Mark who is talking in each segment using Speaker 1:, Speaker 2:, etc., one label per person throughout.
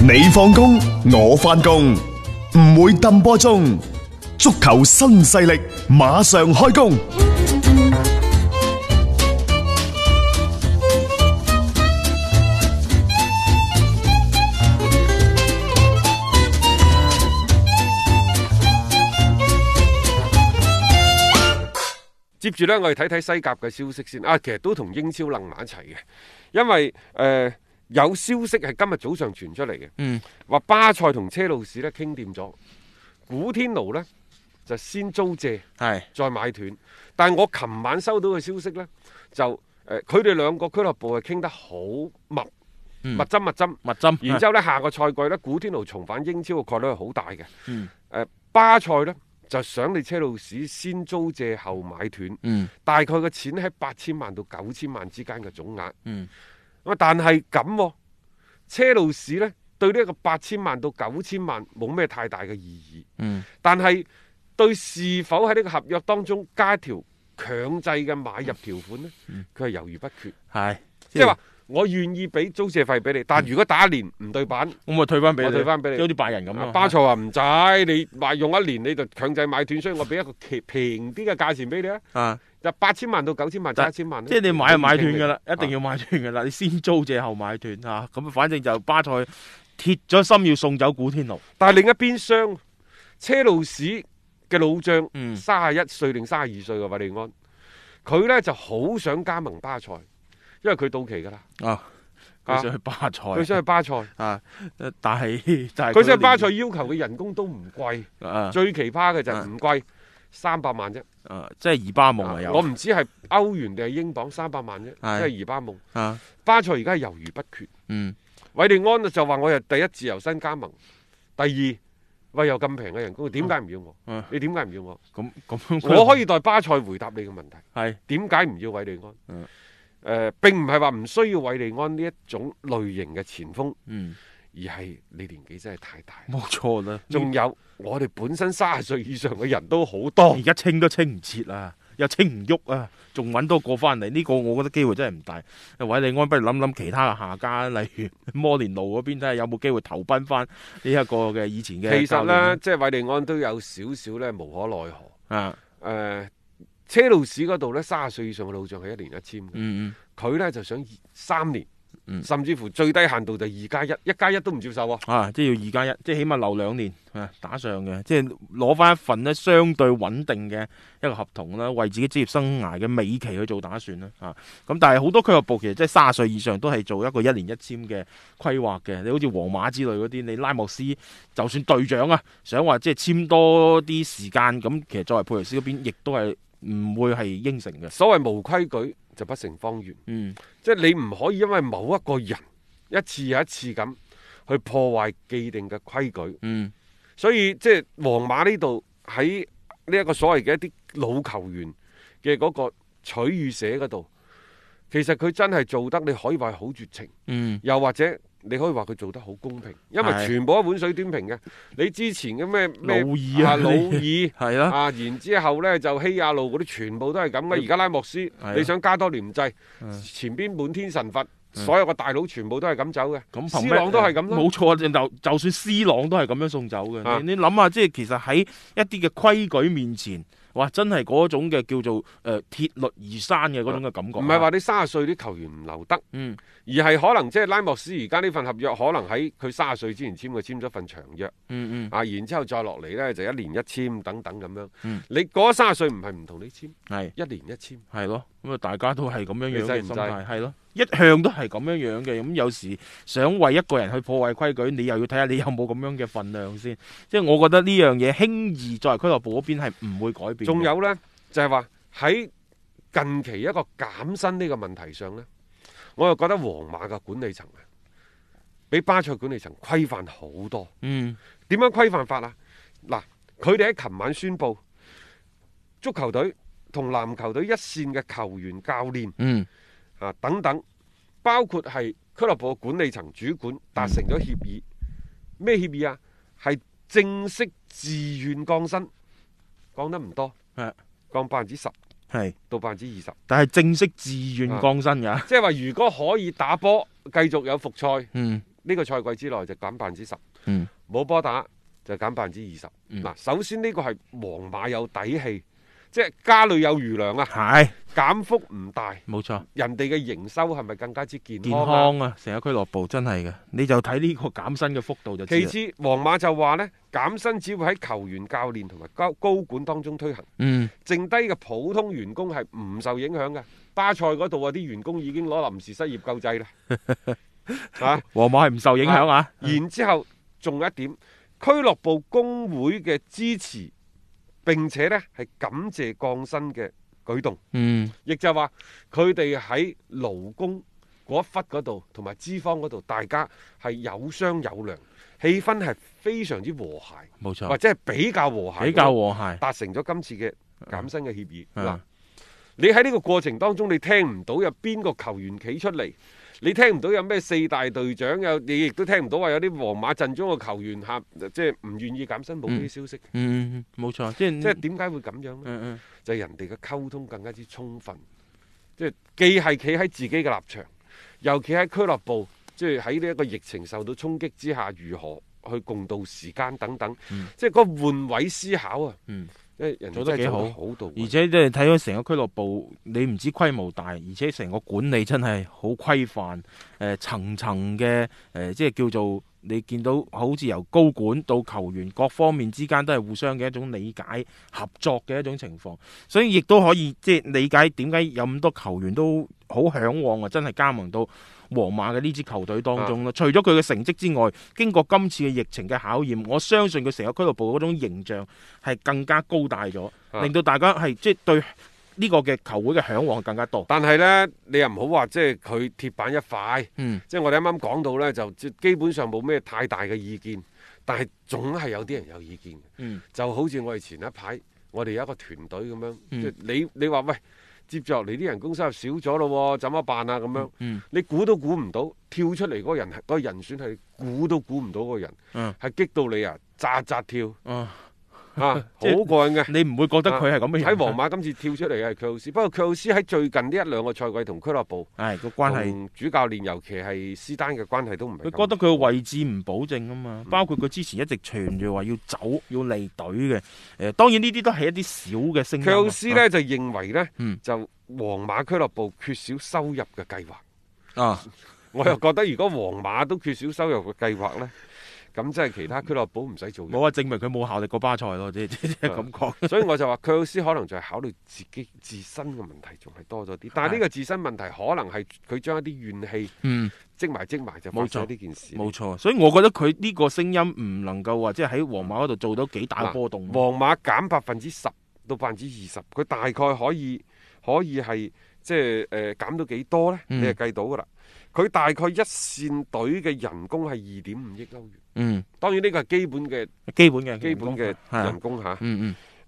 Speaker 1: 你放工，我翻工，唔會抌波鐘。足球新勢力馬上開工。
Speaker 2: 接住呢，我哋睇睇西甲嘅消息先啊，其實都同英超楞埋一齊嘅，因為誒、呃有消息係今日早上傳出嚟嘅，
Speaker 3: 嗯，
Speaker 2: 話巴塞同車路士呢傾掂咗，古天奴呢就先租借
Speaker 3: 係
Speaker 2: 再買斷，但係我琴晚收到嘅消息呢，就誒佢哋兩個俱樂部係傾得好密，
Speaker 3: 嗯
Speaker 2: 密針密針，
Speaker 3: 密針，
Speaker 2: 然之後呢，下個賽季呢，古天奴重返英超嘅概率係好大嘅，
Speaker 3: 嗯
Speaker 2: 誒巴塞呢，就想你車路士先租借後買斷。
Speaker 3: 嗯
Speaker 2: 大概嘅錢喺八千萬到九千萬之間嘅總額。
Speaker 3: 嗯
Speaker 2: 咁啊，但係咁喎，車路士呢對呢一個八千萬到九千萬冇咩太大嘅意義，
Speaker 3: 嗯
Speaker 2: 但係對是否喺呢個合約當中加條強制嘅買入條款呢，佢係猶豫不決，
Speaker 3: 嗯係，
Speaker 2: 即係話我願意俾租借費俾你，但如果打一年唔對版。
Speaker 3: 我咪退翻俾
Speaker 2: 我
Speaker 3: 你，
Speaker 2: 退返俾你
Speaker 3: 即係好似拜仁咁
Speaker 2: 啊
Speaker 3: 啊，
Speaker 2: 巴塞話唔使，你話用一年你就強制買斷，所以我俾一個其平啲嘅價錢俾你啊，
Speaker 3: 啊，
Speaker 2: 就八千萬到九千萬，
Speaker 3: 但
Speaker 2: 一千萬呢。
Speaker 3: 即係你買就買斷㗎啦，
Speaker 2: 啊
Speaker 3: 一定要買斷㗎啦，你先租借後買斷啊，咁反正就巴塞鐵咗心要送走古天奴，
Speaker 2: 但係另一邊廂，車路士嘅老將
Speaker 3: 嗯
Speaker 2: 三十一歲定三十二歲嘅韋利安，佢呢就好想加盟巴塞，因為佢到期㗎啦，
Speaker 3: 啊，
Speaker 2: 啊
Speaker 3: 佢想去巴塞，
Speaker 2: 佢想去巴塞，
Speaker 3: 啊，但係哦但係
Speaker 2: 佢想去巴塞要求嘅人工都唔貴，
Speaker 3: 啊
Speaker 2: 最奇葩嘅就係唔貴。三百萬啫，
Speaker 3: 啊，即係二巴夢啊
Speaker 2: 啊
Speaker 3: 有，
Speaker 2: 我唔知係歐元定係英鎊，三百萬啫，
Speaker 3: 係
Speaker 2: 即係二巴夢。
Speaker 3: 啊，
Speaker 2: 巴塞而家係猶豫不決，
Speaker 3: 嗯
Speaker 2: 韋利安就話我係第一自由身加盟，第二喂又咁平嘅人工，點解唔要我？
Speaker 3: 嗯
Speaker 2: 你點解唔要我？
Speaker 3: 咁咁
Speaker 2: 我可以代巴塞回答你嘅問題。
Speaker 3: 係
Speaker 2: 點解唔要韋利安？誒、呃
Speaker 3: 嗯
Speaker 2: 並唔係話唔需要韋利安呢一種類型嘅前鋒，
Speaker 3: 嗯
Speaker 2: 而係你年紀真係太大。
Speaker 3: 冇錯啦，
Speaker 2: 仲有我哋本身三十歲以上嘅人都好多
Speaker 3: 而，家清都清唔切啊，又清唔喐啊，哦仲揾多個翻嚟，呢、個我覺得機會真係唔大。韋利安不如諗諗其他嘅下家， 例如摩連奴嗰邊睇下有冇機會投奔翻呢一個嘅以前
Speaker 2: 其
Speaker 3: 嘅
Speaker 2: 實
Speaker 3: 教練
Speaker 2: 呢，即係韋利安都有少少呢無可奈何。誒、
Speaker 3: 啊，
Speaker 2: 車路士嗰度呢，三十歲以上嘅老將係一年一簽嘅，
Speaker 3: 嗯
Speaker 2: 佢呢就想三年，
Speaker 3: 嗯
Speaker 2: 甚至乎最低限度就二加一，一加一都唔接受喎。
Speaker 3: 嗯啊，即係要二加一，即係起碼留兩年啊打上嘅，即係攞翻一份呢相對穩定嘅一個合同啦，為自己職業生涯嘅尾期去做打算啦啊。咁但係好多俱樂部其實即係卅歲以上都係做一個一年一簽嘅規劃嘅。你好似皇馬之類嗰啲，你拉莫斯就算隊長啊，想話即係簽多啲時間，咁其實作為佩雷斯嗰邊亦都係唔會係應承嘅。
Speaker 2: 所謂無規矩就不成方圓。
Speaker 3: 嗯，
Speaker 2: 即係你唔可以因為某一個人一次又一次咁去破壞既定嘅規矩，
Speaker 3: 嗯，
Speaker 2: 所以即係皇馬呢度喺呢一個所謂嘅一啲老球員嘅嗰個取與捨嗰度，其實佢真係做得你可以話係好絕情，
Speaker 3: 嗯，
Speaker 2: 又或者。你可以話佢做得好公平，因為
Speaker 3: 係
Speaker 2: 全部一碗水端平嘅。你之前嘅咩咩
Speaker 3: 魯爾啊
Speaker 2: 老
Speaker 3: 係
Speaker 2: 爾
Speaker 3: 啦，
Speaker 2: 啊，然之後呢就希亞路嗰啲全部都係咁嘅。而家拉莫斯，
Speaker 3: 啊
Speaker 2: 你想加多年唔制，
Speaker 3: 嗯
Speaker 2: 前邊滿天神佛，
Speaker 3: 嗯
Speaker 2: 所有個大佬全部都係咁走嘅。
Speaker 3: 咁
Speaker 2: C
Speaker 3: 憑咩
Speaker 2: 朗都係咁啦，
Speaker 3: 冇錯，就就算 C 朗都係咁樣送走嘅。
Speaker 2: 啊
Speaker 3: 你你諗下，即係其實喺一啲嘅規矩面前，哇，真係嗰種嘅叫做誒、呃、鐵律移山嘅嗰種嘅感覺。啊
Speaker 2: 唔係話你三十歲啲球員唔留得，
Speaker 3: 嗯
Speaker 2: 而係可能即係拉莫斯而家呢份合約，可能喺佢三十歲之前簽嘅簽咗份長約
Speaker 3: 嗯嗯
Speaker 2: 啊，然之後再落嚟呢，就一年一簽等等咁樣。
Speaker 3: 嗯
Speaker 2: 你過咗三十歲唔係唔同你簽，
Speaker 3: 係
Speaker 2: 一年一簽。
Speaker 3: 係咯，咁啊大家都係咁樣樣
Speaker 2: 你制
Speaker 3: 嘅
Speaker 2: 唔
Speaker 3: 心
Speaker 2: 制
Speaker 3: 態，係咯，一向都係咁樣樣嘅。咁有時想為一個人去破壞規矩，你又要睇下你有冇咁樣嘅份量先。即係我覺得呢樣嘢輕易作為俱樂部嗰邊係唔會改變嘅。
Speaker 2: 仲有呢，就係話喺近期一個減薪呢個問題上呢，我又覺得皇馬嘅管理層啊，比巴塞管理層規範好多。
Speaker 3: 嗯
Speaker 2: 點樣規範法啊？嗱，佢哋喺琴晚宣布，足球隊同籃球隊一線嘅球員、教練
Speaker 3: 嗯
Speaker 2: 啊等等，包括係俱樂部嘅管理層主管達成咗協議。咩協議啊？係正式自願降薪，降得唔多
Speaker 3: 係，
Speaker 2: 降百分之十
Speaker 3: 係，
Speaker 2: 到百分之二十。
Speaker 3: 但係
Speaker 2: 啊
Speaker 3: 正式自願降薪㗎。
Speaker 2: 即係話，如果可以打波，繼續有復賽，
Speaker 3: 嗯
Speaker 2: 呢個賽季之內就減百分之十，
Speaker 3: 嗯
Speaker 2: 冇波打就減百分之二十。
Speaker 3: 嗯
Speaker 2: 嗱、首先呢個係皇馬有底氣，即係家裏有餘糧啊，
Speaker 3: 係
Speaker 2: 減幅唔大，
Speaker 3: 冇錯，
Speaker 2: 人哋嘅營收係咪更加之健
Speaker 3: 健
Speaker 2: 康啊？
Speaker 3: 康啊，成個俱樂部真係嘅，你就睇呢個減薪嘅幅度就知啊
Speaker 2: 其
Speaker 3: 啦。
Speaker 2: 次，皇馬就話呢，減薪只會喺球員、教練同埋高高管當中推行，
Speaker 3: 嗯，
Speaker 2: 剩低嘅普通員工係唔受影響嘅。巴塞嗰度啊，啲員工已經攞臨時失業救濟啦， 啊，
Speaker 3: 皇馬係唔受影響啊。
Speaker 2: 然之後仲有一點，俱樂部工會嘅支持，並且呢係感謝降薪嘅舉動，
Speaker 3: 嗯，
Speaker 2: 亦就係話佢哋喺勞工嗰一忽嗰度同埋資方嗰度，大家係有商有量，氣氛係非常之和諧。
Speaker 3: 冇錯
Speaker 2: 或，者係比較和諧，
Speaker 3: 啊比較和諧。
Speaker 2: 達成咗今次嘅減薪嘅協議。
Speaker 3: 嗯
Speaker 2: 嗱、你喺呢個過程當中，你聽唔到有邊個球員企出嚟，你聽唔到有咩四大隊長，有你亦都聽唔到話有啲皇馬陣中嘅球員嚇，即係唔願意減薪，冇呢啲消息。
Speaker 3: 嗯，冇錯，即係
Speaker 2: 即係點解會咁樣呢？
Speaker 3: 嗯
Speaker 2: 就係人哋嘅溝通更加之充分，即係既係企喺自己嘅立場，尤其喺俱樂部，即係喺呢一個疫情受到衝擊之下，如何去共度時間等等，
Speaker 3: 嗯
Speaker 2: 即係嗰換位思考啊！
Speaker 3: 嗯
Speaker 2: 因為人哋
Speaker 3: 做得
Speaker 2: 真係
Speaker 3: 幾好
Speaker 2: 好到
Speaker 3: 嗯，而
Speaker 2: 位，
Speaker 3: 且即係睇咗成個俱樂部，你唔止規模大，而且成個管理真係好規範，誒、呃、層層嘅誒、呃即係叫做你見到好似由高管到球員各方面之間都係互相嘅一種理解合作嘅一種情況，所以亦都可以即係理解點解有咁多球員都好向往啊！真係加盟到皇馬嘅呢支球隊當
Speaker 2: 啊
Speaker 3: 中啦。除咗佢嘅成績之外，經過今次嘅疫情嘅考驗，我相信佢成個俱樂部嗰種形象係更加高大咗，
Speaker 2: 啊
Speaker 3: 令到大家係即係對呢個嘅球會嘅向往更加多。
Speaker 2: 但係呢，你又唔好話即係佢鐵板一塊，
Speaker 3: 嗯，
Speaker 2: 即係我哋啱啱講到呢，就即基本上冇咩太大嘅意見，但係總係有啲人有意見嘅，
Speaker 3: 嗯
Speaker 2: 就好似我哋前一排我哋有一個團隊咁樣，
Speaker 3: 嗯
Speaker 2: 即係你你話喂，接住落嚟啲人工收入少咗咯喎，怎麼辦啊咁樣？
Speaker 3: 嗯
Speaker 2: 你估都估唔到，跳出嚟嗰個人係嗰個人選係估都估唔到嗰個人，
Speaker 3: 嗯
Speaker 2: 係激到你啊，扎扎跳
Speaker 3: 啊，
Speaker 2: 啊，
Speaker 3: 即係
Speaker 2: 好過癮嘅。
Speaker 3: 你唔會覺得佢係咁嘅人？
Speaker 2: 喺皇馬今次跳出嚟嘅係喬奧斯，不過喬奧斯喺最近呢一兩個賽季同俱樂部、
Speaker 3: 係個關係。
Speaker 2: 同主教練，尤其係斯丹嘅關係都唔係咁。
Speaker 3: 佢覺得佢嘅位置唔保證啊嘛，
Speaker 2: 嗯
Speaker 3: 包括佢之前一直傳住話要走要離隊嘅，誒、當然呢啲都係一啲小嘅聲音啊。
Speaker 2: 喬奧斯呢就認為呢，
Speaker 3: 嗯
Speaker 2: 就皇馬俱樂部缺少收入嘅計劃。
Speaker 3: 啊，
Speaker 2: 我又覺得如果皇馬都缺少收入嘅計劃呢，咁即係其他俱樂部唔使做
Speaker 3: 冇
Speaker 2: 嘢。
Speaker 3: 啊，證明佢冇效力過巴塞咯，即係即係咁講。
Speaker 2: 所以我就話喬奧斯可能就係考慮自己自身嘅問題仲係多咗啲，但係呢個自身問題可能係佢將一啲怨氣
Speaker 3: 嗯。
Speaker 2: 積埋積埋就發
Speaker 3: 冇錯
Speaker 2: 生呢件事。
Speaker 3: 冇錯，所以我覺得佢呢個聲音唔能夠話即係喺皇馬嗰度做到幾大嘅波動。
Speaker 2: 皇馬減百分之十到百分之二十，佢大概可以可以係即係誒、呃、減到幾多呢？
Speaker 3: 嗯
Speaker 2: 你係計到噶啦。佢大概一線隊嘅人工係二點五億歐元，
Speaker 3: 嗯，
Speaker 2: 當然呢個係基本嘅
Speaker 3: 基本嘅
Speaker 2: 基本嘅
Speaker 3: 係啊
Speaker 2: 人工嚇。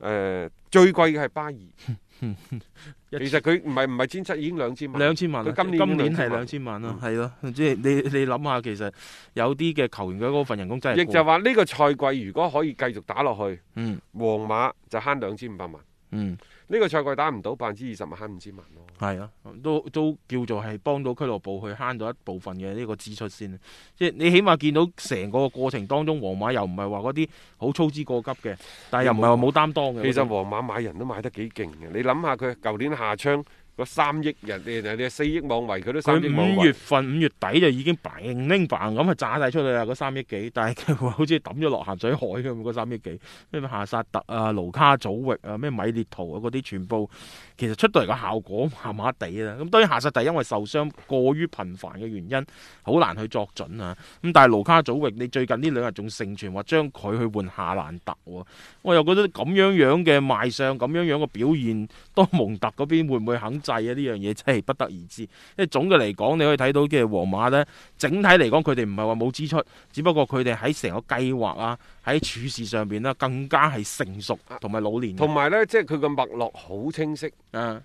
Speaker 2: 誒、
Speaker 3: 嗯
Speaker 2: 最貴嘅係 巴爾，
Speaker 3: 一
Speaker 2: 其實佢唔係唔係千七，已經兩千
Speaker 3: 嗯，
Speaker 2: 萬。
Speaker 3: 兩千萬啦
Speaker 2: 佢今年
Speaker 3: 今年係兩
Speaker 2: 兩
Speaker 3: 千
Speaker 2: 千
Speaker 3: 萬啦
Speaker 2: 嗯，
Speaker 3: 係咯，即係你你諗下，其實有啲嘅球員嘅嗰份人工真係
Speaker 2: 亦
Speaker 3: 高
Speaker 2: 就話呢個賽季如果可以繼續打落去，
Speaker 3: 嗯
Speaker 2: 皇馬就慳兩千五百萬。呢、
Speaker 3: 嗯
Speaker 2: 個賽季打唔到百分之二十，咪慳五千萬咯。
Speaker 3: 係啊，都都叫做係幫到俱樂部去慳到一部分嘅呢個支出先。即係你起碼見到成個過程當中，皇馬又唔係話嗰啲好操之過急嘅，但係又唔係話冇擔當嘅。
Speaker 2: 其實皇馬買人都買得幾勁嘅，你諗下佢舊年夏窗嗰三億人，你人哋四億網圍，佢都
Speaker 3: 佢
Speaker 2: 三億網
Speaker 3: 五月
Speaker 2: 圍。
Speaker 3: 份五月底就已經 bang 拎 bang 咁啊炸晒出去啦，嗰三億幾，但係 佢好似抌咗落鹹水海咁，嗰三億幾咩夏薩特啊、盧卡祖域啊、咩米列圖啊嗰啲，全部其實出到嚟個效果麻麻地啦。咁當然夏薩特因為受傷過於頻繁嘅原因，好難去作準啊。咁但係盧卡祖域，你最近呢兩日仲盛傳話將佢去換夏蘭特喎，我又覺得咁樣樣嘅賣相，咁樣樣嘅表現，多蒙特嗰邊會唔會肯制啊？呢樣嘢真係不得而知。即係總嘅嚟講，你可以睇到嘅皇馬呢，整體嚟講佢哋唔係話冇支出，只不過佢哋喺成個計劃啊，喺處事上邊呢，更加係成熟同埋啊老練嘅。
Speaker 2: 同埋呢，即係佢嘅脈絡好清晰。
Speaker 3: 啊，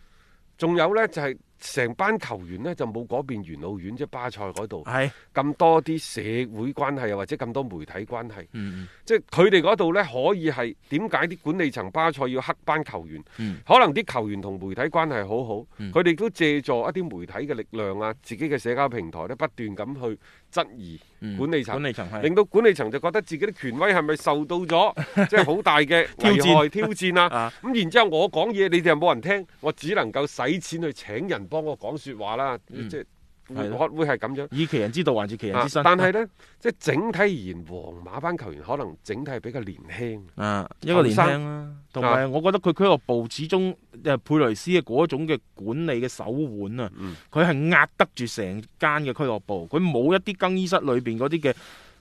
Speaker 2: 仲有呢，就係、成班球員呢，就冇嗰邊元老院即係巴塞嗰度
Speaker 3: 係，
Speaker 2: 咁多啲社會關係啊，或者咁多媒體關係，
Speaker 3: 嗯
Speaker 2: 即係佢哋嗰度呢，可以係點解啲管理層巴塞要黑班球員？
Speaker 3: 嗯
Speaker 2: 可能啲球員同媒體關係好好，
Speaker 3: 嗯
Speaker 2: 佢哋都借助一啲媒體嘅力量啊，自己嘅社交平台呢，不斷咁去質疑
Speaker 3: 嗯
Speaker 2: 管理層
Speaker 3: 管理層係
Speaker 2: 令到管理層就覺得自己啲權威係咪受到 咗即係好大嘅
Speaker 3: 挑
Speaker 2: 危
Speaker 3: 戰
Speaker 2: 害挑戰啊
Speaker 3: 啊？
Speaker 2: 咁然之後我講嘢，你哋又冇人聽，我只能夠使錢去請人幫我講説話啦，
Speaker 3: 嗯
Speaker 2: 即係
Speaker 3: 係咯
Speaker 2: 會會係咁樣。
Speaker 3: 以其人之道還治其人
Speaker 2: 啊
Speaker 3: 之身。
Speaker 2: 但係呢，即係整體而言，皇馬班球員可能整體係比較年輕。
Speaker 3: 啊，一個年輕啦，同埋
Speaker 2: 啊
Speaker 3: 我覺得佢俱樂部始終誒呃佩雷斯嘅嗰種嘅管理嘅手腕啊
Speaker 2: 嗯，
Speaker 3: 佢係壓得住成間嘅俱樂部，佢冇一啲更衣室裏邊嗰啲嘅。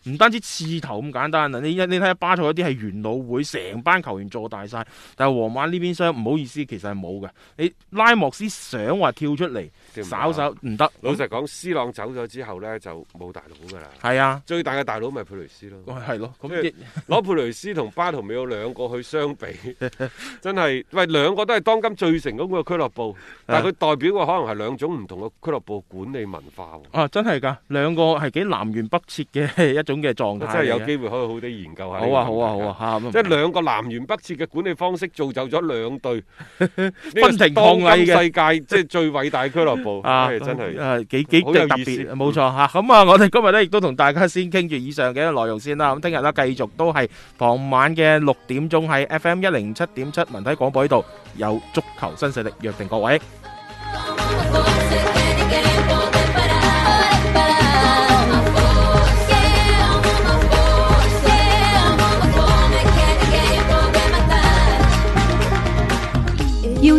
Speaker 3: 唔單止刺頭咁簡單啊！你你睇下巴塞嗰啲係元老會，成班球員做大晒。但係皇馬呢邊廂唔好意思，其實係冇嘅。你拉莫斯想話跳出嚟，
Speaker 2: 跳唔到
Speaker 3: 稍稍唔得。
Speaker 2: 老實講，斯朗走咗之後呢，就冇大佬㗎啦。
Speaker 3: 係啊，
Speaker 2: 最大嘅大佬咪佩雷斯咯，
Speaker 3: 哦係咯，咁
Speaker 2: 即係攞佩雷斯同巴圖美有兩個去相比， 真係喂兩個都係當今最成功嘅俱樂部，
Speaker 3: 啊
Speaker 2: 但係佢代表嘅可能係兩種唔同嘅俱樂部管理文化喎，
Speaker 3: 啊，真係㗎，兩個係幾南轅北轍嘅 一種嘅狀
Speaker 2: 真
Speaker 3: 態嚟嘅。
Speaker 2: 係有機會可以好啲研究下。
Speaker 3: 啊好啊好啊好啊！，嚇咁
Speaker 2: 即係兩個南轅北轍嘅管理方式，造就咗兩 隊
Speaker 3: 分庭抗禮嘅
Speaker 2: 嘅世界，即係最偉大嘅俱樂部，
Speaker 3: 啊，
Speaker 2: 唉真係。
Speaker 3: 誒幾幾
Speaker 2: 好
Speaker 3: 特
Speaker 2: 有意思
Speaker 3: 別，冇錯嚇。咁啊，我哋今日咧亦都同大家先傾住以上嘅內容先啦。
Speaker 2: 嗯
Speaker 3: 咁聽日咧繼續都係傍晚嘅六點鐘喺 FM 一零七點七文體廣播呢度有足球新勢力，約定各位。
Speaker 4: Forse che di tempo per parare, parare, ma forse amo, ma forse amo, ma come che di tempo per mattare.
Speaker 5: 要